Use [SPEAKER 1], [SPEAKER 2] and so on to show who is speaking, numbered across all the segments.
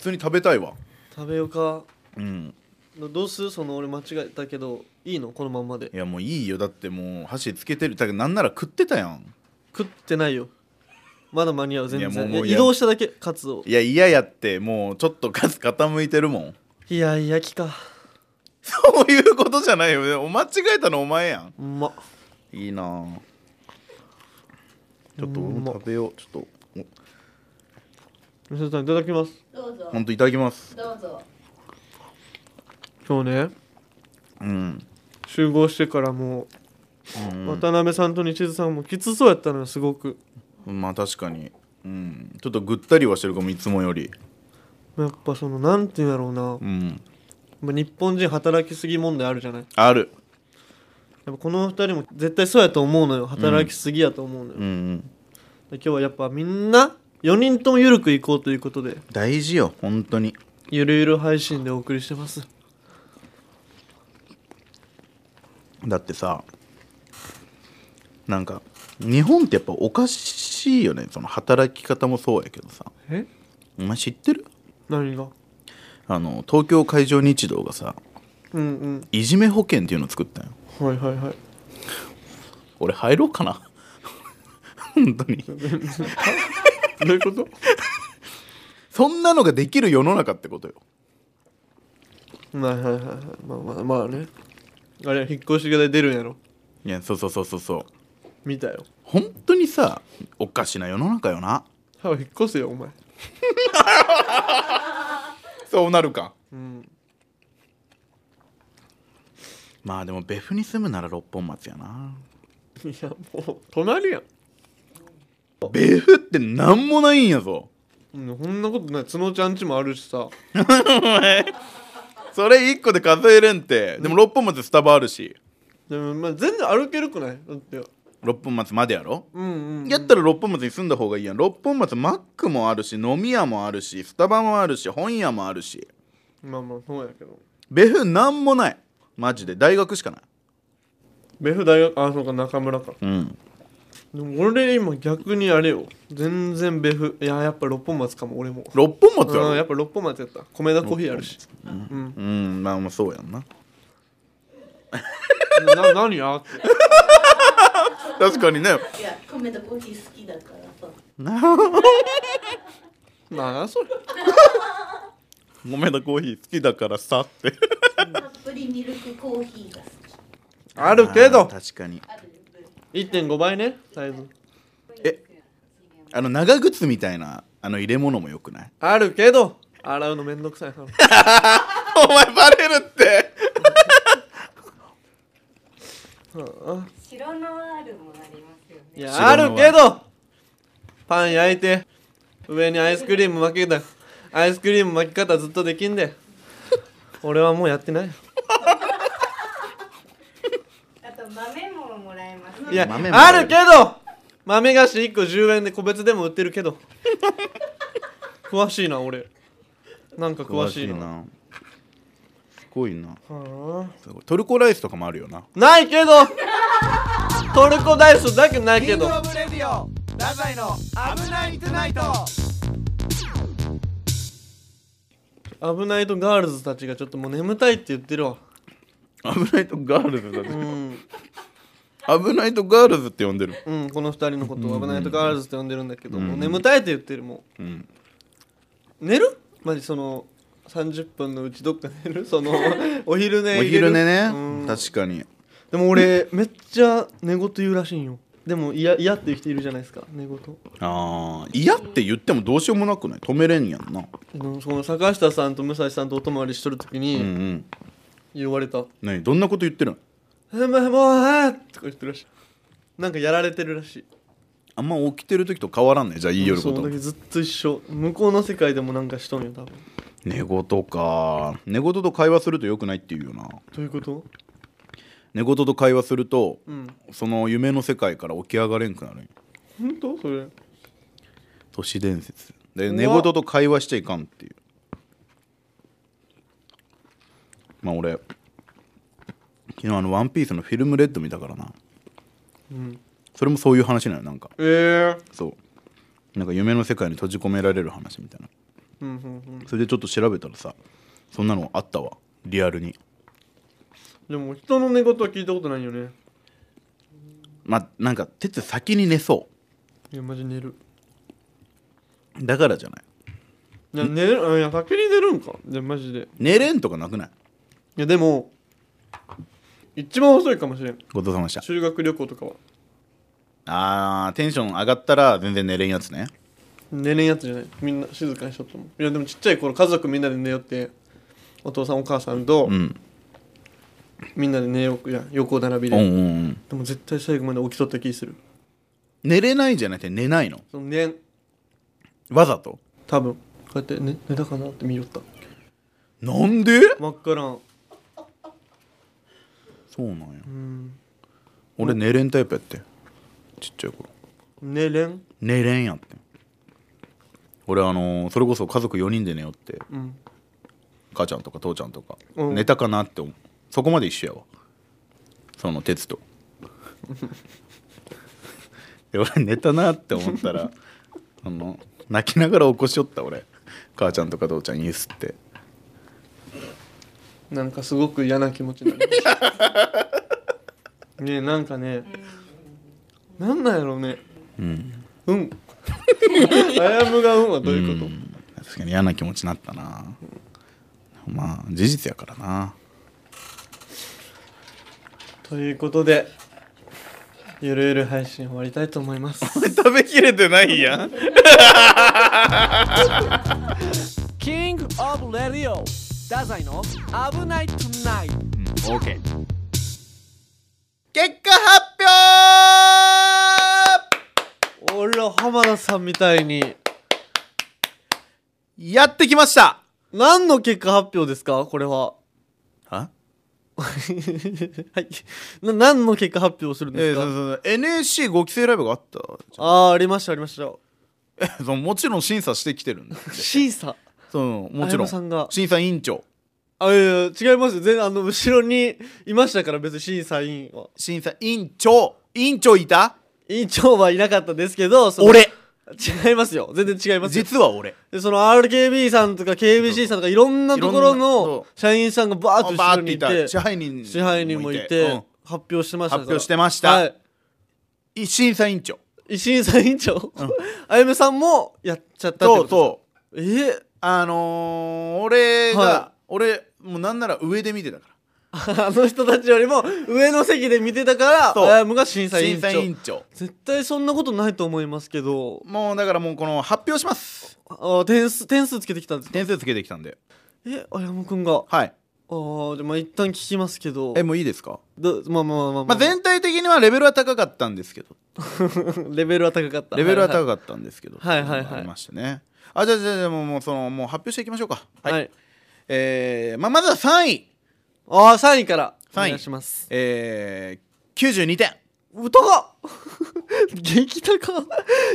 [SPEAKER 1] 通に食べたいわ
[SPEAKER 2] 食べようか
[SPEAKER 1] うん
[SPEAKER 2] どどうするその俺間違えたけどいいのこのまんまで
[SPEAKER 1] いやもういいよだってもう箸つけてるだからなんなら食ってたやん
[SPEAKER 2] 食ってないよまだ間に合う全
[SPEAKER 1] いやもう
[SPEAKER 2] 然
[SPEAKER 1] もう
[SPEAKER 2] いや移動しただけカツを
[SPEAKER 1] いや嫌やってもうちょっとカツ 傾いてるもん
[SPEAKER 2] いやいやきか
[SPEAKER 1] そういうことじゃないよお間違えたのお前やん
[SPEAKER 2] うまっ
[SPEAKER 1] いいなぁちょっと俺も食べようちょっと
[SPEAKER 2] みそさんいただきます
[SPEAKER 3] どうぞ
[SPEAKER 1] おほんといただきます
[SPEAKER 3] どうぞ
[SPEAKER 2] 今日ね
[SPEAKER 1] うん、
[SPEAKER 2] 集合してからも
[SPEAKER 1] う
[SPEAKER 2] う、
[SPEAKER 1] ん
[SPEAKER 2] 渡辺さんと西津さんもきつそうやったのよすごく
[SPEAKER 1] まあ確かに、うん、ちょっとぐったりはしてるかもいつもより
[SPEAKER 2] やっぱそのなんていうんだろうな
[SPEAKER 1] うん
[SPEAKER 2] まあ日本人働きすぎ問題あるじゃない
[SPEAKER 1] ある
[SPEAKER 2] やっぱこの二人も絶対そうやと思うのよ働きすぎやと思うのよ、
[SPEAKER 1] うん、うん、
[SPEAKER 2] で今日はやっぱみんな4人ともゆるくいこうということで
[SPEAKER 1] 大事よ本当に
[SPEAKER 2] ゆるゆる配信でお送りしてます
[SPEAKER 1] だってさなんか日本ってやっぱおかしいよねその働き方もそうやけどさ
[SPEAKER 2] え
[SPEAKER 1] お前知ってる
[SPEAKER 2] 何が
[SPEAKER 1] あの東京海上日動がさ
[SPEAKER 2] うんうん
[SPEAKER 1] いじめ保険っていうの作ったんよ
[SPEAKER 2] はいはいはい
[SPEAKER 1] 俺入ろうかな本当に
[SPEAKER 2] どういうこと
[SPEAKER 1] そんなのができる世の中ってことよ
[SPEAKER 2] はいはいはいはいまあまあまあねあれ引っ越しが出るんやろ
[SPEAKER 1] いやそうそうそうそうそう
[SPEAKER 2] 見たよ
[SPEAKER 1] 本当にさおかしな世の中よな
[SPEAKER 2] 早く引っ越せよお前
[SPEAKER 1] そうなるか
[SPEAKER 2] うん
[SPEAKER 1] まあでも別府に住むなら六本松やない
[SPEAKER 2] やもう隣やん
[SPEAKER 1] 別府ってなんもないんやぞ
[SPEAKER 2] うんこんなことない角ちゃんちもあるしさ
[SPEAKER 1] それ一個で数えれんてでも六本松スタバあるし
[SPEAKER 2] でもまあ全然歩けるくないだって
[SPEAKER 1] 六本松までやろ
[SPEAKER 2] うんうん
[SPEAKER 1] やったら六本松に住んだ方がいいやん六本松マックもあるし飲み屋もあるしスタバもあるし本屋もあるし
[SPEAKER 2] まあまあそうやけど
[SPEAKER 1] 別府なんもないマジで大学しかない
[SPEAKER 2] 別府大学あそうか中村か
[SPEAKER 1] うん
[SPEAKER 2] でも俺今逆にあれよ全然別府いややっぱ六本松かも俺も
[SPEAKER 1] 六本松や
[SPEAKER 2] うんや
[SPEAKER 1] ろ
[SPEAKER 2] っぱ六本松やった米田コーヒーあるしうん
[SPEAKER 1] うんまあまあそうやんな
[SPEAKER 2] な何やって
[SPEAKER 1] 確かに ね
[SPEAKER 3] いや米とコーヒー好きだからさ
[SPEAKER 2] なんやそれ
[SPEAKER 1] め田コーヒー好きだからさって
[SPEAKER 3] たっぷりミルクコーヒーが好き
[SPEAKER 2] あるけ
[SPEAKER 1] あー
[SPEAKER 2] ど
[SPEAKER 1] 確かに
[SPEAKER 3] あるよね
[SPEAKER 2] 1.5倍ねサイズ
[SPEAKER 1] あの長靴みたいなあの入れ物もよくない
[SPEAKER 2] あるけど洗うのめんどくさいな
[SPEAKER 1] お前バレるって
[SPEAKER 2] うん
[SPEAKER 4] 白のワールもありますよ
[SPEAKER 2] い
[SPEAKER 4] ね。
[SPEAKER 2] やあるけどパン焼いて上にアイスクリーム巻けたアイスクリーム巻き方ずっとできんで俺はもうやってない
[SPEAKER 4] あと豆ももらえます。
[SPEAKER 2] いや
[SPEAKER 1] 豆もあ
[SPEAKER 2] あ
[SPEAKER 1] る
[SPEAKER 2] るけど豆菓子1個10円で個別でも売ってる けど詳しいな俺なんか詳しいな
[SPEAKER 1] すごいな
[SPEAKER 2] は
[SPEAKER 1] すごいトルコライスとかもあるよな
[SPEAKER 2] あないけどトルコダイスだけないけど危ないとガールズたちがちょっともう眠たいって言ってるわ
[SPEAKER 1] 危ないとガールズだ
[SPEAKER 2] う
[SPEAKER 1] ね
[SPEAKER 2] ん、
[SPEAKER 1] 危ないとガールズって呼んでる
[SPEAKER 2] うん、この2人のことを危ないとガールズって呼んでるんだけど、もう眠たいって言ってるも
[SPEAKER 1] うん
[SPEAKER 2] う寝るマジその30分のうちどっか寝る そのお昼寝
[SPEAKER 1] お
[SPEAKER 2] 入れる
[SPEAKER 1] 昼寝ね
[SPEAKER 2] うん
[SPEAKER 1] 確かに
[SPEAKER 2] でも俺めっちゃ寝言言うらしいんよでも嫌嫌っていう人いるじゃないですか寝言
[SPEAKER 1] ああ嫌って言ってもどうしようもなくない止めれんやんな
[SPEAKER 2] でもその坂下さんと武蔵さんとお泊まりしとる時
[SPEAKER 1] うんう
[SPEAKER 2] に
[SPEAKER 1] ん
[SPEAKER 2] 言われた「
[SPEAKER 1] 何どんなこと言ってるの
[SPEAKER 2] えまもうあーとか言ってるらしいなんかやられてるらしい
[SPEAKER 1] あんま起きてる時と変わらんねじゃあ言いよるこ
[SPEAKER 2] そう
[SPEAKER 1] と
[SPEAKER 2] だけどずっと一緒向こうの世界でもなんかしとんよ多分
[SPEAKER 1] 寝言か寝言と会話するとよくないっていうよな
[SPEAKER 2] どういうこと
[SPEAKER 1] 寝言と会話すると
[SPEAKER 2] うん
[SPEAKER 1] その夢の世界から起き上がれんくなるんよ
[SPEAKER 2] 本当それ
[SPEAKER 1] 都市伝説で
[SPEAKER 2] うわ
[SPEAKER 1] 寝言と会話しちゃいかんっていうまあ俺昨日あの「ワンピースのフィルムレッド見たからな
[SPEAKER 2] うん
[SPEAKER 1] それもそういう話なのよなんか
[SPEAKER 2] ええ
[SPEAKER 1] そうなんか夢の世界に閉じ込められる話みたいな
[SPEAKER 2] ー、うんうん
[SPEAKER 1] それでちょっと調べたらさそんなのあったわリアルに
[SPEAKER 2] うん、でも人の寝言は聞いたことないよね
[SPEAKER 1] まあなんか鉄先に寝そ
[SPEAKER 2] いやマジ寝る
[SPEAKER 1] うだからじゃない
[SPEAKER 2] いや寝るあいや先に寝るんかいやマジでい
[SPEAKER 1] 寝れんとかなくない
[SPEAKER 2] やでも一番遅いかもしれん
[SPEAKER 1] ごちそうさまでした
[SPEAKER 2] 修学旅行とかは
[SPEAKER 1] あーテンション上がったら全然寝れんやつね
[SPEAKER 2] 寝れんやつじゃないみんな静かにしとったもんいやでもちっちゃい頃家族みんなで寝よってお父さんお母さんと
[SPEAKER 1] うん
[SPEAKER 2] みんなで寝ようやん横並び
[SPEAKER 1] う
[SPEAKER 2] で、
[SPEAKER 1] んうんうん
[SPEAKER 2] でも絶対最後まで起きとった気する
[SPEAKER 1] 寝れないじゃなくて寝ないの
[SPEAKER 2] その寝ん
[SPEAKER 1] わざと
[SPEAKER 2] 多分こうやって寝寝たかなって見よった
[SPEAKER 1] なんで
[SPEAKER 2] 真っからん
[SPEAKER 1] そうなんや
[SPEAKER 2] うん
[SPEAKER 1] 俺寝れんタイプやってちっちゃい頃
[SPEAKER 2] 寝れん
[SPEAKER 1] 寝れんやって俺あのーそれこそ家族4人で寝よって
[SPEAKER 2] うん
[SPEAKER 1] 母ちゃんとか父ちゃんとか、
[SPEAKER 2] うん
[SPEAKER 1] 寝たかなって思うそこまで一緒やわその鉄 とで俺寝たなって思ったらあの泣きながら起こしよった俺母ちゃんとか父ちゃんにゆすって
[SPEAKER 2] なんかすごく嫌な気持ちになる ねえなんかねなんなんやろうね
[SPEAKER 1] うん
[SPEAKER 2] うん あやむがうんはどういうこ
[SPEAKER 1] ん確かに嫌な気持ちになったな、まあ事実やからな
[SPEAKER 2] とということでゆるゆる配信終わりたいと思いま す
[SPEAKER 1] 食べきれてないやん
[SPEAKER 5] キングオブレディオダザイの危ないトゥナイト
[SPEAKER 1] OK 結果発表
[SPEAKER 2] 俺ら浜田さんみたいに
[SPEAKER 1] やってきました
[SPEAKER 2] 何の結果発表ですかこれ
[SPEAKER 1] は
[SPEAKER 2] ははい な何の結果発表するん
[SPEAKER 1] え
[SPEAKER 2] ですか、
[SPEAKER 1] NSC5 期生ライブがあった
[SPEAKER 2] ああありましたありました
[SPEAKER 1] そのもちろん審査してきてるんだって
[SPEAKER 2] 審査
[SPEAKER 1] そのもちろん
[SPEAKER 2] 綾野さんが
[SPEAKER 1] 審査委員長
[SPEAKER 2] あいやいや違いますよ全然あの後ろにいましたから別に審査委員は
[SPEAKER 1] 審査委員長委員長いた
[SPEAKER 2] 委員長はいなかったですけどその
[SPEAKER 1] 俺
[SPEAKER 2] 違いますよ全然違いますよ
[SPEAKER 1] 実は俺
[SPEAKER 2] でその RKB さんとか KBC さんとかいろんなところ
[SPEAKER 1] いろんなそ
[SPEAKER 2] の社員さんがバーッと後ろにい
[SPEAKER 1] バーって
[SPEAKER 2] て
[SPEAKER 1] 支配人もいて
[SPEAKER 2] 支配人もいて
[SPEAKER 1] うん
[SPEAKER 2] 発表してましたから
[SPEAKER 1] 発表してました
[SPEAKER 2] はい
[SPEAKER 1] い審査委員長
[SPEAKER 2] 石井さん委員長、 あゆめさんもやっちゃったって
[SPEAKER 1] そ
[SPEAKER 2] こ
[SPEAKER 1] う
[SPEAKER 2] と
[SPEAKER 1] そう
[SPEAKER 2] うえ ー、
[SPEAKER 1] あのー、俺が、
[SPEAKER 2] は
[SPEAKER 1] 俺もうなんなら上で見てたか
[SPEAKER 2] あの人たちよりも上の席で見てたから
[SPEAKER 1] そう
[SPEAKER 2] あやむが審査
[SPEAKER 1] ら
[SPEAKER 2] 委員
[SPEAKER 1] 審査
[SPEAKER 2] 長
[SPEAKER 1] 委員長
[SPEAKER 2] 絶対そんなことないと思いますけど
[SPEAKER 1] もうだからもうこの発表します
[SPEAKER 2] あ点数点数つけてきたんです
[SPEAKER 1] 点数つけてきたんで
[SPEAKER 2] えあやむくんが
[SPEAKER 1] はい
[SPEAKER 2] あーじゃあまあ一旦聞きますけど
[SPEAKER 1] えもういいですか、
[SPEAKER 2] だまあまあまあまあ、
[SPEAKER 1] まあ、全体的にはレベルは高かったんですけど
[SPEAKER 2] レベルは高かった
[SPEAKER 1] レベルは高
[SPEAKER 2] かっ
[SPEAKER 1] かったんですけど
[SPEAKER 2] はいはいはい
[SPEAKER 1] ありましたねあじゃあじゃあじゃあもうもうそのもう発表していきましょうか
[SPEAKER 2] たはい、はい
[SPEAKER 1] えーまあ、まずは3位
[SPEAKER 2] ああ3位からお
[SPEAKER 1] 三位
[SPEAKER 2] 願いします
[SPEAKER 1] えー、92点
[SPEAKER 2] 歌が 激高い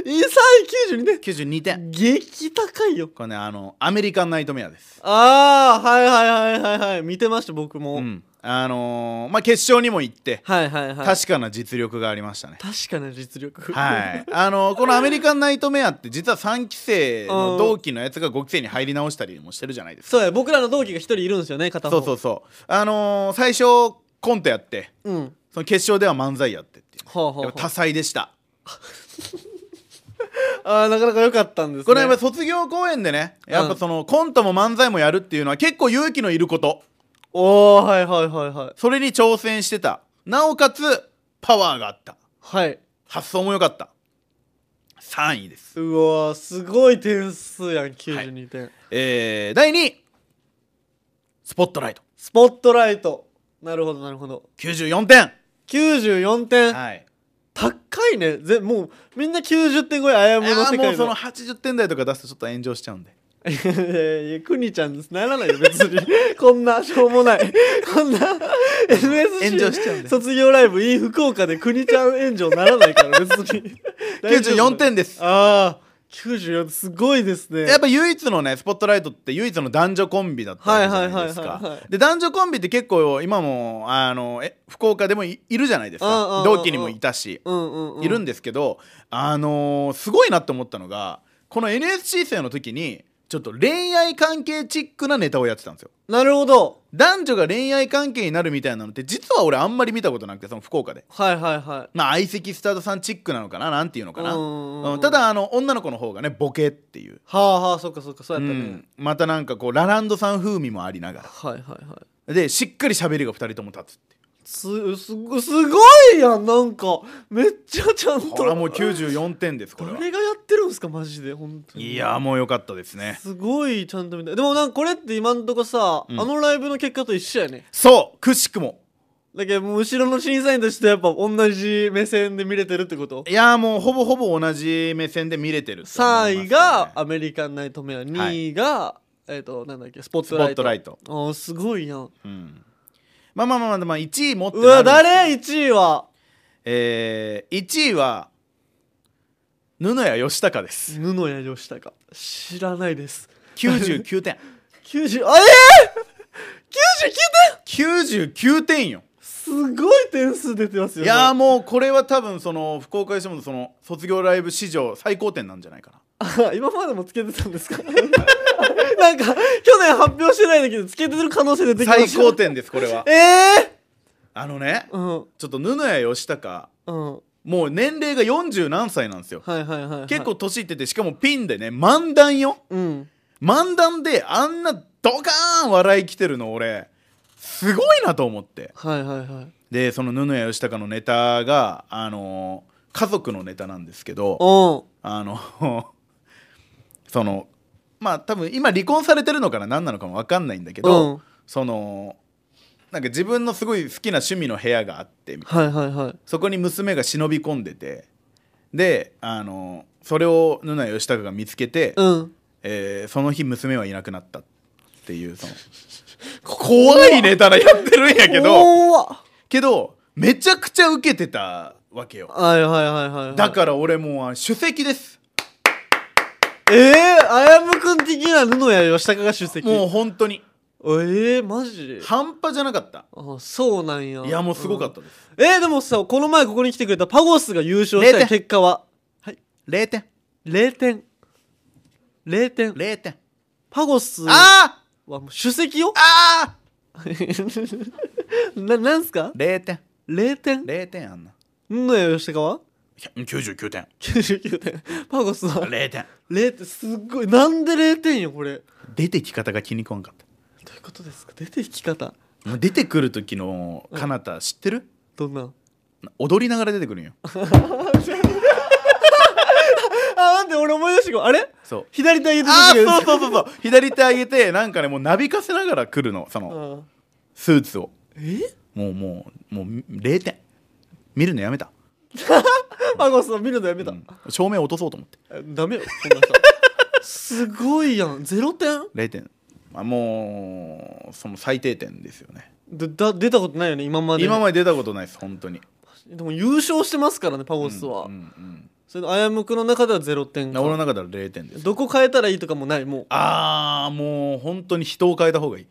[SPEAKER 2] い3位92
[SPEAKER 1] 92
[SPEAKER 2] 点
[SPEAKER 1] 点
[SPEAKER 2] 激高いよ
[SPEAKER 1] これねあのアメリカンナイトメアです
[SPEAKER 2] ああはいはいはいはいはい見てました僕も、
[SPEAKER 1] うんあのーまあ決勝にも行って、
[SPEAKER 2] はいはいはい
[SPEAKER 1] 確かな実力がありましたね
[SPEAKER 2] 確かな実力
[SPEAKER 1] はい、あのこの「アメリカンナイトメア」って実は3期生の同期のやつが5期生に入り直したりもしてるじゃないですか
[SPEAKER 2] そうや僕らの同期が一人いるんですよね片
[SPEAKER 1] そ
[SPEAKER 2] 方
[SPEAKER 1] うそうそうあのー最初コントやって
[SPEAKER 2] ううん
[SPEAKER 1] その決勝では漫才やってっていう
[SPEAKER 2] はあ、は
[SPEAKER 1] や
[SPEAKER 2] あ
[SPEAKER 1] っ
[SPEAKER 2] は
[SPEAKER 1] ぱ多彩でした
[SPEAKER 2] あ、あーなかなか良かったんですね
[SPEAKER 1] これはやっぱ卒業公演でねやっぱそのコントも漫才もやるっていうのは結構勇気のいること
[SPEAKER 2] おおはいはいはいはい
[SPEAKER 1] それに挑戦してたなおかつパワーがあった
[SPEAKER 2] はい
[SPEAKER 1] 発想も良かった3位です
[SPEAKER 2] うわーすごい点数やん92点、
[SPEAKER 1] えー、第2位スポットライト
[SPEAKER 2] スポットライトなるほどなるほど
[SPEAKER 1] 94点
[SPEAKER 2] 94点、
[SPEAKER 1] はい
[SPEAKER 2] 高いねぜもうみんな90点超えあやむの
[SPEAKER 1] あ
[SPEAKER 2] 世
[SPEAKER 1] ーも
[SPEAKER 2] 界
[SPEAKER 1] うその80点台とか出すとちょっと炎上しちゃうんで
[SPEAKER 2] いやいやいやくにちゃんですならないよ別に こんなしょうもない こんな NSC
[SPEAKER 1] 炎上しちゃうんで
[SPEAKER 2] 卒業ライブいい福岡でくにちゃん炎上ならないから別に
[SPEAKER 1] 94点です
[SPEAKER 2] ああ94すごいですね
[SPEAKER 1] やっぱ唯一のねスポットライトって唯一の男女コンビだったわけじゃないです
[SPEAKER 2] はいはいはい
[SPEAKER 1] か
[SPEAKER 2] はいは
[SPEAKER 1] で男女コンビって結構今もあのえ福岡でもいいるじゃないです
[SPEAKER 2] うんうんうんう
[SPEAKER 1] か
[SPEAKER 2] ん
[SPEAKER 1] 同期にもいたし
[SPEAKER 2] うんうん、うん、
[SPEAKER 1] いるんですけどあのーすごいなって思ったのがこの NSC 生の時にちょっと恋愛関係チックなネタをやってたんですよ
[SPEAKER 2] なるほど
[SPEAKER 1] 男女が恋愛関係になるみたいなのって実は俺あんまり見たことなくてその福岡で
[SPEAKER 2] はいはいはい
[SPEAKER 1] まあ相席スタートさんチックなのかななんていうのかな
[SPEAKER 2] うんうんうん
[SPEAKER 1] うんただあの女の子の方がねボケっていう、
[SPEAKER 2] はあはあそっかそっかそう
[SPEAKER 1] う
[SPEAKER 2] やったね、
[SPEAKER 1] ん、またなんかこうラランドさん風味もありなが
[SPEAKER 2] はいはいはい
[SPEAKER 1] らでしっかり喋りが2人とも立つっていう
[SPEAKER 2] すすごすごいやんなんかめっちゃちゃんと
[SPEAKER 1] これはもう94点ですこれは
[SPEAKER 2] 誰がやってるんですかマジで本当に
[SPEAKER 1] いやーもう良かったですね
[SPEAKER 2] すごいちゃんと見たでもなんかこれって今んとこさ、
[SPEAKER 1] うん
[SPEAKER 2] あのライブの結果と一緒やね
[SPEAKER 1] そうくしくも
[SPEAKER 2] だけどもう後ろの審査員としてやっぱ同じ目線で見れてるってこと
[SPEAKER 1] いやーもうほぼほぼ同じ目線で見れてると思いますね
[SPEAKER 2] 3位がアメリカンナイトメア2位が、えっ、となんだっけスポッ
[SPEAKER 1] ス
[SPEAKER 2] ト
[SPEAKER 1] ポ
[SPEAKER 2] ラ
[SPEAKER 1] ッ
[SPEAKER 2] イト
[SPEAKER 1] トライト、
[SPEAKER 2] あーすごいやん
[SPEAKER 1] うん、まあまあまあまあ、まあ、1位持って
[SPEAKER 2] うわ
[SPEAKER 1] なるんです
[SPEAKER 2] 誰1位は
[SPEAKER 1] えー、1位は布谷義孝です
[SPEAKER 2] 布谷良太か知らないです
[SPEAKER 1] 99点
[SPEAKER 2] 90あえー、99点
[SPEAKER 1] 99点よ
[SPEAKER 2] すごい点数出てます
[SPEAKER 1] い
[SPEAKER 2] よ
[SPEAKER 1] やー
[SPEAKER 2] ー
[SPEAKER 1] もうこれは多分その福岡吉本その卒業ライブ史上最高点なんじゃないかな
[SPEAKER 2] 今までもつけてたんですか なんか去年発表してないんだけどつけてる可能性出てきま
[SPEAKER 1] 最
[SPEAKER 2] した
[SPEAKER 1] 高点ですこれは
[SPEAKER 2] え
[SPEAKER 1] あのね
[SPEAKER 2] えー、
[SPEAKER 1] ちょっと布谷義孝
[SPEAKER 2] うんうん
[SPEAKER 1] もう年齢が40何歳なんですよ
[SPEAKER 2] はいはいはい、はい、
[SPEAKER 1] 結構年いっててしかもピンでね漫談よ
[SPEAKER 2] うん
[SPEAKER 1] 漫談であんなドカーン笑い来てるの俺すごいなと思って
[SPEAKER 2] はいはいはい
[SPEAKER 1] でその布谷義孝のネタがあの家族のネタなんですけど
[SPEAKER 2] お
[SPEAKER 1] あの そのまあ多分今離婚されてるのかな何なのかも分かんないんだけど、
[SPEAKER 2] うん
[SPEAKER 1] そのなんか自分のすごい好きな趣味の部屋があってみたいな
[SPEAKER 2] はいはいはい
[SPEAKER 1] そこに娘が忍び込んでてであのそれを布谷義孝が見つけて、
[SPEAKER 2] うん
[SPEAKER 1] えーその日娘はいなくなったっていうその 怖いネタなやってるんやけど。
[SPEAKER 2] 怖っ
[SPEAKER 1] けどめちゃくちゃ受けてたわけよ
[SPEAKER 2] はいはいはいはいはい
[SPEAKER 1] だから俺もうあ首席です
[SPEAKER 2] ええー、あやむくん的な布や吉高が出席
[SPEAKER 1] もう本当に
[SPEAKER 2] ええー、マジ
[SPEAKER 1] 半端じゃなかった
[SPEAKER 2] あそうなんや
[SPEAKER 1] いやもうすごかったです、
[SPEAKER 2] うんえー、でもさこの前ここに来てくれたパゴスが優勝し
[SPEAKER 1] 0
[SPEAKER 2] た
[SPEAKER 1] 点
[SPEAKER 2] 結果は
[SPEAKER 1] 0点
[SPEAKER 2] 0点0点
[SPEAKER 1] 0点
[SPEAKER 2] パゴスは
[SPEAKER 1] あ
[SPEAKER 2] もう首席よ
[SPEAKER 1] ーあ
[SPEAKER 2] ななんすか
[SPEAKER 1] ー0点
[SPEAKER 2] 0点
[SPEAKER 1] 0点あんな
[SPEAKER 2] 布や吉高は
[SPEAKER 1] 99点
[SPEAKER 2] 99点パゴスは
[SPEAKER 1] 0点
[SPEAKER 2] 0点すっごいなんで0点よこれど
[SPEAKER 1] 出てき方が気に食わんかっ
[SPEAKER 2] ういうことですか出てき
[SPEAKER 1] た
[SPEAKER 2] 方
[SPEAKER 1] もう出てくる時のかなた知ってる
[SPEAKER 2] どんな
[SPEAKER 1] 踊りながら出てくるんよ
[SPEAKER 2] あ待って俺思い出してこあれ
[SPEAKER 1] そう
[SPEAKER 2] 左手上げて
[SPEAKER 1] あ
[SPEAKER 2] 出て
[SPEAKER 1] ー
[SPEAKER 2] くる
[SPEAKER 1] そうそうそうそう左手上げてなんかねもうなびかせながら来るのその
[SPEAKER 2] うん
[SPEAKER 1] スーツを
[SPEAKER 2] え
[SPEAKER 1] もうもうもう0点見るのやめた
[SPEAKER 2] パゴスは見るのやめた、
[SPEAKER 1] うん照明落とそうと思って
[SPEAKER 2] えダメよこんな人すごいやん0点
[SPEAKER 1] 0点、まあ、もうその最低点ですよね
[SPEAKER 2] でだ出たことないよね今まで
[SPEAKER 1] 今まで出たことないです本当に
[SPEAKER 2] でも優勝してますからねパゴスは、
[SPEAKER 1] うんうん
[SPEAKER 2] それであやむくの中では0
[SPEAKER 1] う
[SPEAKER 2] 点
[SPEAKER 1] ん
[SPEAKER 2] か
[SPEAKER 1] 俺の中では0点です
[SPEAKER 2] どこ変えたらいいとかもないもう
[SPEAKER 1] ああもう本当に人を変えた方 がいい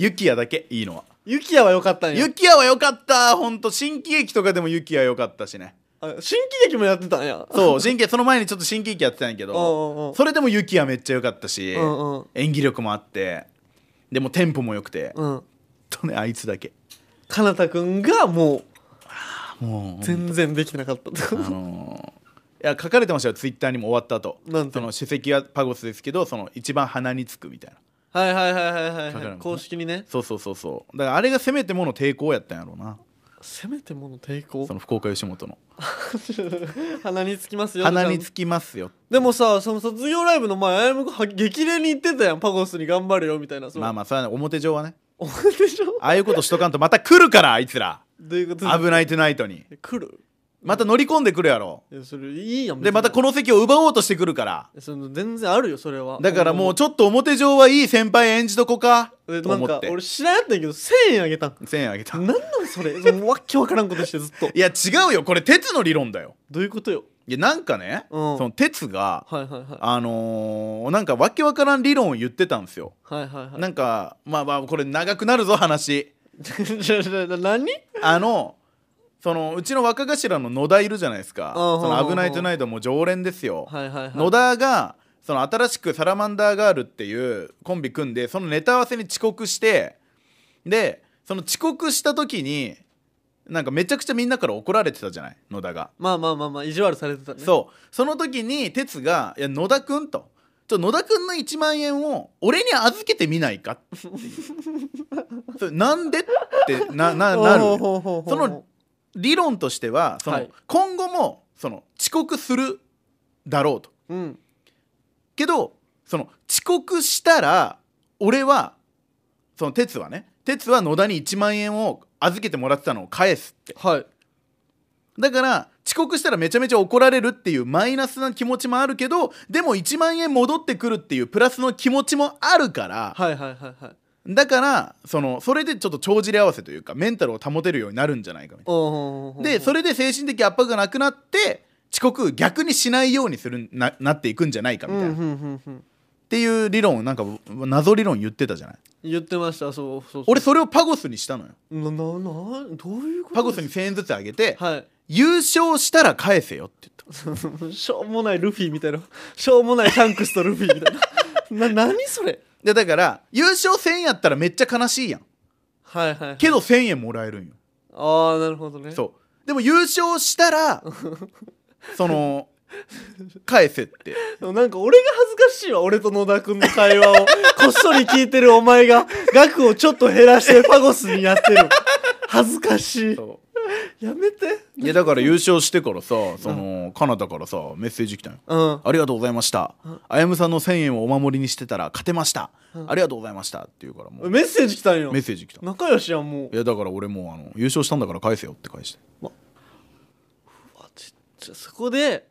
[SPEAKER 1] ユキヤだけいいのは
[SPEAKER 2] ユキヤは良かったんや
[SPEAKER 1] ユキヤは良かった本当新喜劇とかでもユキヤ良かったしね
[SPEAKER 2] あ新喜劇もやってたんや
[SPEAKER 1] そう新喜その前にちょっと新喜劇やってたんやけ
[SPEAKER 2] うんうんう
[SPEAKER 1] ど
[SPEAKER 2] ん
[SPEAKER 1] それでもユキヤめっちゃ良かったし
[SPEAKER 2] うんうん
[SPEAKER 1] 演技力もあってでもテンポも良くて、ほん
[SPEAKER 2] うん
[SPEAKER 1] とねあいつだけ
[SPEAKER 2] かなたくんがも
[SPEAKER 1] も
[SPEAKER 2] う
[SPEAKER 1] う
[SPEAKER 2] 全然できてなかったってこと
[SPEAKER 1] あのーいや書かれてましたよツイッターにも終わった後
[SPEAKER 2] なんて
[SPEAKER 1] その首席はパゴスですけどその一番鼻につくみたいな
[SPEAKER 2] はいはいはいはいはい
[SPEAKER 1] だか
[SPEAKER 2] は
[SPEAKER 1] ら
[SPEAKER 2] い
[SPEAKER 1] もう
[SPEAKER 2] 公式にね
[SPEAKER 1] そうそうそうそうだからあれがせめてもの抵抗やったんやろうな
[SPEAKER 2] せめてもの抵抗
[SPEAKER 1] その福岡吉本の
[SPEAKER 2] 鼻につきますよ
[SPEAKER 1] 鼻に
[SPEAKER 2] き
[SPEAKER 1] つきますよ
[SPEAKER 2] でもさその卒業ライブの前あやむくんは激励に言ってたやんパゴスに頑張れよみたいなその
[SPEAKER 1] まあまあそれはね表上はね
[SPEAKER 2] お前でしょ
[SPEAKER 1] ああいうことしとかんとまた来るからあいつら
[SPEAKER 2] どういうことですか
[SPEAKER 1] 危ないトゥナイトに
[SPEAKER 2] 来る
[SPEAKER 1] また乗り込んでくるやろ
[SPEAKER 2] いやそれいいやん
[SPEAKER 1] でまたこの席を奪おうとしてくるから
[SPEAKER 2] のその全然あるよそれは
[SPEAKER 1] だからもうちょっと表上はいい先輩演じとこか
[SPEAKER 2] で
[SPEAKER 1] と
[SPEAKER 2] なん
[SPEAKER 1] 思
[SPEAKER 2] か
[SPEAKER 1] って
[SPEAKER 2] 俺知らんやったんやけど1000円あげたん
[SPEAKER 1] 1000円あげた
[SPEAKER 2] なんなんそれそのわっけわからんことしてずっと
[SPEAKER 1] いや違うよこれ鉄の理論だよ
[SPEAKER 2] どういうことよ
[SPEAKER 1] いやなんかね、
[SPEAKER 2] うん
[SPEAKER 1] その哲が、
[SPEAKER 2] はいはいはい
[SPEAKER 1] あのーなんかわけわからん理論を言ってたんですよ、
[SPEAKER 2] はいはいはい
[SPEAKER 1] なんかまあまあこれ長くなるぞ話
[SPEAKER 2] な 何
[SPEAKER 1] あのそのうちの若頭の野田いるじゃないですか「
[SPEAKER 2] うんうん
[SPEAKER 1] そ
[SPEAKER 2] うん
[SPEAKER 1] の
[SPEAKER 2] うん
[SPEAKER 1] 危ないトゥナイト」も常連ですよ、
[SPEAKER 2] はいはいはい
[SPEAKER 1] 野田がその新しくサラマンダーガールっていうコンビ組んでそのネタ合わせに遅刻してでその遅刻した時になんかめちゃくちゃみんなから怒られてたじゃない野田が、
[SPEAKER 2] まあまあまあまあ意地悪されてたね
[SPEAKER 1] そうその時に哲が「いや野田くん」と「ちょ野田くんの1万円を俺に預けてみない か」っていうそれなんでってなななる
[SPEAKER 2] ほうほうほうほう
[SPEAKER 1] その理論としてはその、
[SPEAKER 2] はい
[SPEAKER 1] 今後もその遅刻するだろうと
[SPEAKER 2] うん
[SPEAKER 1] けどその遅刻したら俺はその哲はね哲は野田に1万円を預けてもらってたのを返すって
[SPEAKER 2] はい
[SPEAKER 1] だから遅刻したらめちゃめちゃ怒られるっていうマイナスな気持ちもあるけどでも1万円戻ってくるっていうプラスの気持ちもあるから、
[SPEAKER 2] はいはいはいはい
[SPEAKER 1] だからそのそれでちょっと帳尻合わせというかメンタルを保てるようになるんじゃないかみたいな。
[SPEAKER 2] おうほうほうほう
[SPEAKER 1] でそれで精神的圧迫がなくなって遅刻逆にしないようにするななっていくんじゃないかみ
[SPEAKER 2] うん
[SPEAKER 1] たいな、
[SPEAKER 2] うん
[SPEAKER 1] っ
[SPEAKER 2] うんうん
[SPEAKER 1] ていう理論をなんか謎理論言ってたじゃない
[SPEAKER 2] 言ってましたそうそうそう
[SPEAKER 1] 俺それをパゴスにしたのよ
[SPEAKER 2] なななどういうこと
[SPEAKER 1] パゴスに1000円ずつあげて、
[SPEAKER 2] はい
[SPEAKER 1] 優勝したら返せよって言っ
[SPEAKER 2] しょうもないルフィみたいなしょうもないシャンクスとルフィみたいな な何それ
[SPEAKER 1] たでだから優勝1000円やったらめっちゃ悲しいやん
[SPEAKER 2] はいはい、はい、
[SPEAKER 1] けど1000円もらえるんよ
[SPEAKER 2] ああなるほどね
[SPEAKER 1] そうでも優勝した らその返せって
[SPEAKER 2] でもなんか俺が恥ずかしいわ俺と野田君の 会話をこっそり聞いてるお前が額をちょっと減らしてパゴスにやってる恥ずかしい
[SPEAKER 1] そ
[SPEAKER 2] やめて
[SPEAKER 1] ういやだから優勝してからさそのカナダからさメッセージ来たよ
[SPEAKER 2] うん
[SPEAKER 1] ありがとうございました。あやむさんの1000円をお守りにしてたら勝てました。ありがとうございました。って言うからもう
[SPEAKER 2] メッセージ来たんよ
[SPEAKER 1] メッセージ来た。い
[SPEAKER 2] 仲良しやんもう
[SPEAKER 1] やだから俺もうあの優勝したんだから返せよって返して。
[SPEAKER 2] あちちょそこで、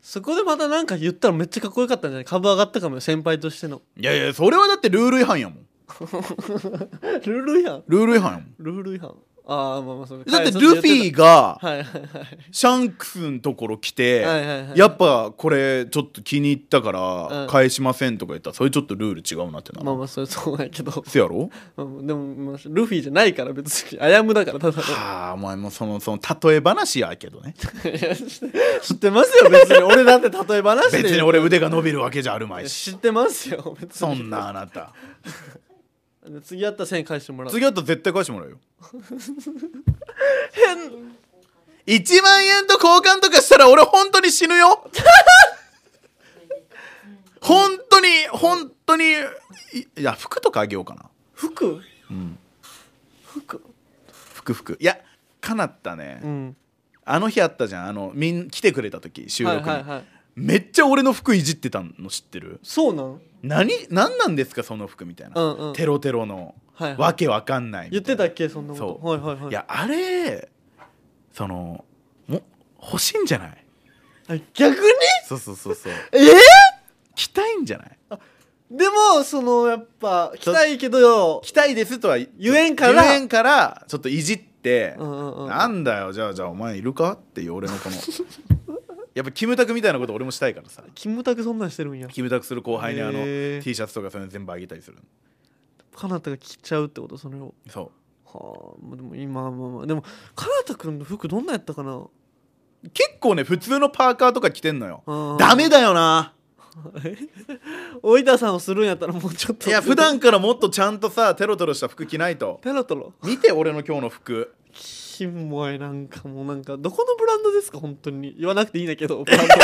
[SPEAKER 2] そこでまたなんか言ったらめっちゃかっこよかったんじゃない株上がったかもよ先輩としての
[SPEAKER 1] いやいや、それはだってルール違反やもん。
[SPEAKER 2] ルール違反
[SPEAKER 1] ルール違反やもん。
[SPEAKER 2] ルール違反ああまあまあそれ
[SPEAKER 1] だってルフィが
[SPEAKER 2] はいはいはい
[SPEAKER 1] シャンクスのところ来て
[SPEAKER 2] はいはい、はい
[SPEAKER 1] やっぱこれちょっと気に入ったか
[SPEAKER 2] う
[SPEAKER 1] ら
[SPEAKER 2] ん
[SPEAKER 1] 返しませんとか言ったら、それちょっとルール違うなってなる。
[SPEAKER 2] まあまあそれそうなんやけど、
[SPEAKER 1] せやろ
[SPEAKER 2] まあまあでも、まあ、ルフィじゃないから別にあやむだからただの
[SPEAKER 1] はあ、お前もその、その、例え話やけど ね。
[SPEAKER 2] 知ってますよ別に俺だって例え話で
[SPEAKER 1] 別に俺腕が伸びるわけじゃあるまい し。
[SPEAKER 2] 知ってますよ別に
[SPEAKER 1] そんなあなた。
[SPEAKER 2] 次やったら1000返してもらう
[SPEAKER 1] 次あったら絶対返してもらうよ変1万円と交換とかしたら俺本当に死ぬ よ本当に本当にいいや服とかあげようかな
[SPEAKER 2] 服うん服
[SPEAKER 1] 服服いやかなったね、
[SPEAKER 2] うん
[SPEAKER 1] あの日あったじゃんあのみん来てくれた時収
[SPEAKER 2] は
[SPEAKER 1] 録
[SPEAKER 2] い
[SPEAKER 1] に、
[SPEAKER 2] はいはい
[SPEAKER 1] めっちゃ俺の服いじってたの知ってる
[SPEAKER 2] そうなん
[SPEAKER 1] 何何なんですかその服みたいな、
[SPEAKER 2] うんうん
[SPEAKER 1] テロテロの、
[SPEAKER 2] はいはい
[SPEAKER 1] わけわかんないみ
[SPEAKER 2] 言った
[SPEAKER 1] い
[SPEAKER 2] て
[SPEAKER 1] な
[SPEAKER 2] たっけそんなこ
[SPEAKER 1] そ
[SPEAKER 2] と
[SPEAKER 1] う
[SPEAKER 2] はいはいはい
[SPEAKER 1] いやあれそのも欲しいんじゃない
[SPEAKER 2] あ逆に
[SPEAKER 1] そうそうそうそう
[SPEAKER 2] えー
[SPEAKER 1] 着たいんじゃない
[SPEAKER 2] でもそのやっぱ来たいけどよ
[SPEAKER 1] 着たいですとは言
[SPEAKER 2] 言えんから
[SPEAKER 1] 言えんからちょっといじって、
[SPEAKER 2] うんうんうん
[SPEAKER 1] なんだよじゃあじゃあお前いるかっていう俺のこの やっぱキムタクみたいなこと俺もしたいからさ
[SPEAKER 2] キムタクそんなんしてるんや
[SPEAKER 1] キムタクする後輩にあの
[SPEAKER 2] へー
[SPEAKER 1] T シャツとかそういうの全部あげたりする
[SPEAKER 2] かなたが着ちゃうってことそれを
[SPEAKER 1] そ
[SPEAKER 2] はあまあでも今はまあまあでもかなたくんの服どんなんやったかな
[SPEAKER 1] う結構ね普通のパーカーとか着てんのよ
[SPEAKER 2] うん
[SPEAKER 1] ダメだよな
[SPEAKER 2] おいたさんをするんやったらもうちょっと
[SPEAKER 1] いや普段からもっとちゃんとさテロテロした服着ないと
[SPEAKER 2] ペロトロ
[SPEAKER 1] 見て俺の今日の服
[SPEAKER 2] キモいなんかもうなんかどこのブランドですか本当に言わなくていいんだけ どブランド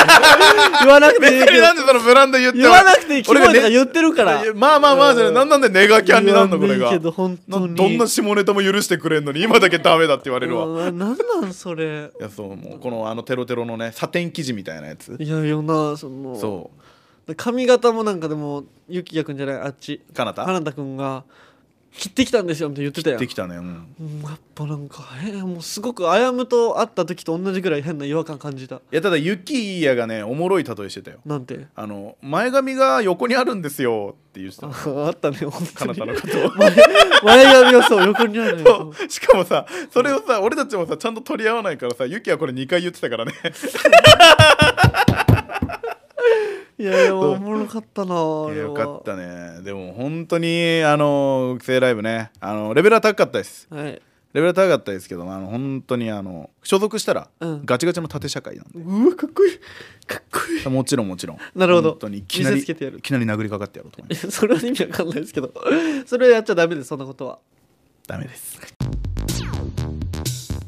[SPEAKER 2] 言わなくて
[SPEAKER 1] 別
[SPEAKER 2] いいけ
[SPEAKER 1] に
[SPEAKER 2] ど
[SPEAKER 1] なんでそのブランド言っても
[SPEAKER 2] 言わなくていいキモいと
[SPEAKER 1] 俺が
[SPEAKER 2] か
[SPEAKER 1] ね
[SPEAKER 2] 言ってるから
[SPEAKER 1] いやまあまあまあじゃない、なんなんでネガキャンになんのこれ
[SPEAKER 2] 言わ
[SPEAKER 1] が
[SPEAKER 2] んでいいけど本当に
[SPEAKER 1] などんな下ネタも許してくれんのに今だけダメだって言われるわ、
[SPEAKER 2] う
[SPEAKER 1] い
[SPEAKER 2] わなんなんそれ
[SPEAKER 1] やそうもうこのあのテロテロのねサテン生地みたいなやつ
[SPEAKER 2] いやよなその
[SPEAKER 1] そ
[SPEAKER 2] 髪型もなんかでもゆきやくんじゃないあっち
[SPEAKER 1] うかなた
[SPEAKER 2] 花田くんが切ってきたんですよって言ってたやん
[SPEAKER 1] できたねうん
[SPEAKER 2] うんやっぱなんかえもうすごくあやむと会った時と同じぐらい変な違和感感じた
[SPEAKER 1] いやただユキイヤがねおもろい例えしてたよ
[SPEAKER 2] なんて
[SPEAKER 1] あの前髪が横にあるんですよって言うてた
[SPEAKER 2] あったね
[SPEAKER 1] か
[SPEAKER 2] 本
[SPEAKER 1] なた
[SPEAKER 2] 当に
[SPEAKER 1] のことを
[SPEAKER 2] 前髪がそう横にあるの
[SPEAKER 1] そ
[SPEAKER 2] よ
[SPEAKER 1] う しかもさそれをさ俺たちもさちゃんと取り合わないからさユキはこれ2回言ってたからね
[SPEAKER 2] いやいや
[SPEAKER 1] う
[SPEAKER 2] おもろかったなあ
[SPEAKER 1] い
[SPEAKER 2] れ
[SPEAKER 1] や
[SPEAKER 2] は
[SPEAKER 1] よかったねでも本当にあの学生ライブねあのレベルは高かったです
[SPEAKER 2] はい
[SPEAKER 1] レベル高かったですけどあの本当にあの所属したら
[SPEAKER 2] うん
[SPEAKER 1] ガチガチの縦社会なんで、
[SPEAKER 2] うわかっこいいかっこいい
[SPEAKER 1] もちろんもちろん
[SPEAKER 2] なるほど
[SPEAKER 1] 本当にいきなり
[SPEAKER 2] 見せつけてやる
[SPEAKER 1] いきなり殴りかかってやろうと思います
[SPEAKER 2] それは意味わかんないですけどそれはやっちゃダメですそんなことは
[SPEAKER 1] ダメです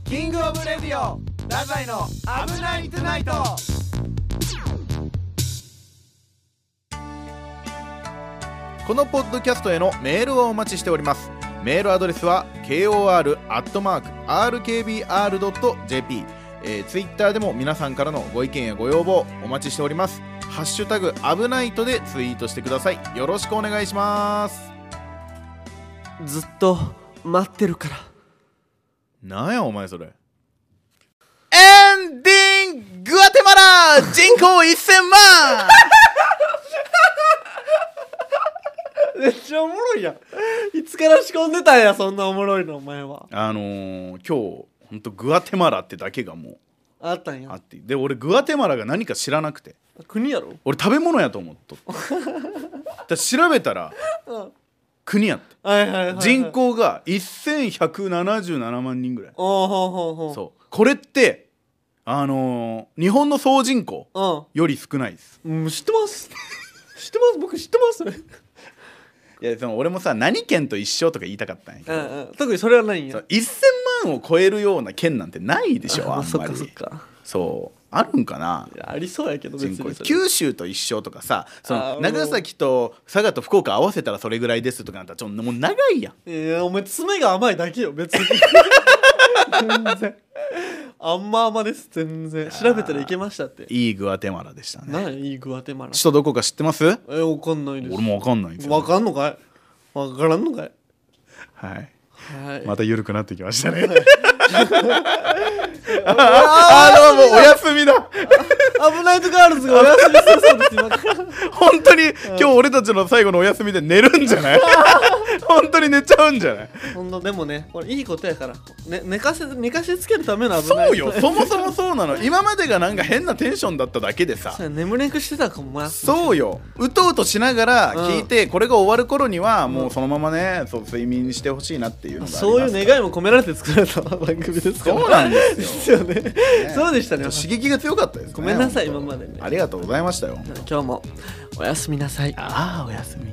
[SPEAKER 5] キングオブレディオダザイの危ないトゥナイト
[SPEAKER 1] このポッドキャストへのメールをお待ちしておりますメールアドレスは kor.rkbr.jp えー、ツイッターでも皆さんからのご意見やご要望お待ちしておりますハッシュタグ危ないとでツイートしてくださいよろしくお願いします
[SPEAKER 2] ずっと待ってるから
[SPEAKER 1] なんやお前それエンディングアテマラ人口1000万
[SPEAKER 2] めっちゃおもろいやんいつから仕込んでたんやそんなおもろいのお前は
[SPEAKER 1] あのー、今日ほんとグアテマラってだけがもう
[SPEAKER 2] あったん
[SPEAKER 1] あ
[SPEAKER 2] や
[SPEAKER 1] ってで俺グアテマラが何か知らなくて
[SPEAKER 2] 国やろ
[SPEAKER 1] 俺食べ物やと思っとっただ から調べたら
[SPEAKER 2] うん
[SPEAKER 1] 国やって
[SPEAKER 2] はいはいはい、はい、
[SPEAKER 1] 人口が1177万人ぐらい
[SPEAKER 2] おおほうほうほう
[SPEAKER 1] そうこれってあのー日本の総人口
[SPEAKER 2] うん
[SPEAKER 1] より少ないです
[SPEAKER 2] うん、知ってます知ってます僕知ってますそれ
[SPEAKER 1] いやその俺もさ何県と一緒とか言いたかったんやけ
[SPEAKER 2] う
[SPEAKER 1] ど、
[SPEAKER 2] んうん特にそれはないん
[SPEAKER 1] そ
[SPEAKER 2] や
[SPEAKER 1] う1000万を超えるような県なんてないでしょあんまり
[SPEAKER 2] あそっかそっか
[SPEAKER 1] そうあるんかない
[SPEAKER 2] やありそうやけど別
[SPEAKER 1] 人
[SPEAKER 2] に
[SPEAKER 1] 口
[SPEAKER 2] それ
[SPEAKER 1] 九州と一緒とかさそ
[SPEAKER 2] あ
[SPEAKER 1] の
[SPEAKER 2] ー
[SPEAKER 1] 長崎と佐賀と福岡合わせたらそれぐらいですとかなったらちょっともう長いやん
[SPEAKER 2] いやお前爪が甘いだけよ別 に全然あんま甘です全然調べたらいけましたって
[SPEAKER 1] いいグアテマラでしたね
[SPEAKER 2] 何いいグアテマラ
[SPEAKER 1] 首都どこか知ってます
[SPEAKER 2] えわかんないです
[SPEAKER 1] 俺もわかんないんですよ、
[SPEAKER 2] わかんのかいわからんのかい
[SPEAKER 1] はい
[SPEAKER 2] はい、
[SPEAKER 1] また緩くなってきましたね あ あどうもお休み だ
[SPEAKER 2] 危ないとガールズがお休みしてそうです今から
[SPEAKER 1] 本当に今日俺たちの最後のお休みで寝るんじゃない 本当に寝ちゃうんじゃない
[SPEAKER 2] ほんとでもねこれいいことやから、ね、寝かせ寝かしつけるための危ない
[SPEAKER 1] そうよそもそもそうなの今までがなんか変なテンションだっただけでさ
[SPEAKER 2] そうや眠れんくしてたかもな
[SPEAKER 1] そうようとうとしながら聞いて、これが終わる頃にはもうそのままねそう睡眠にしてほしいなっていうのがあります
[SPEAKER 2] そういう願いも込められて作られた番組ですから
[SPEAKER 1] そうなんですよ
[SPEAKER 2] ですよね そうでしたね
[SPEAKER 1] 刺激が強かったですね
[SPEAKER 2] ごめんなさい
[SPEAKER 1] 本当
[SPEAKER 2] 今までね
[SPEAKER 1] ありがとうございましたよ
[SPEAKER 2] 今日もおやすみなさい
[SPEAKER 1] ああおやすみ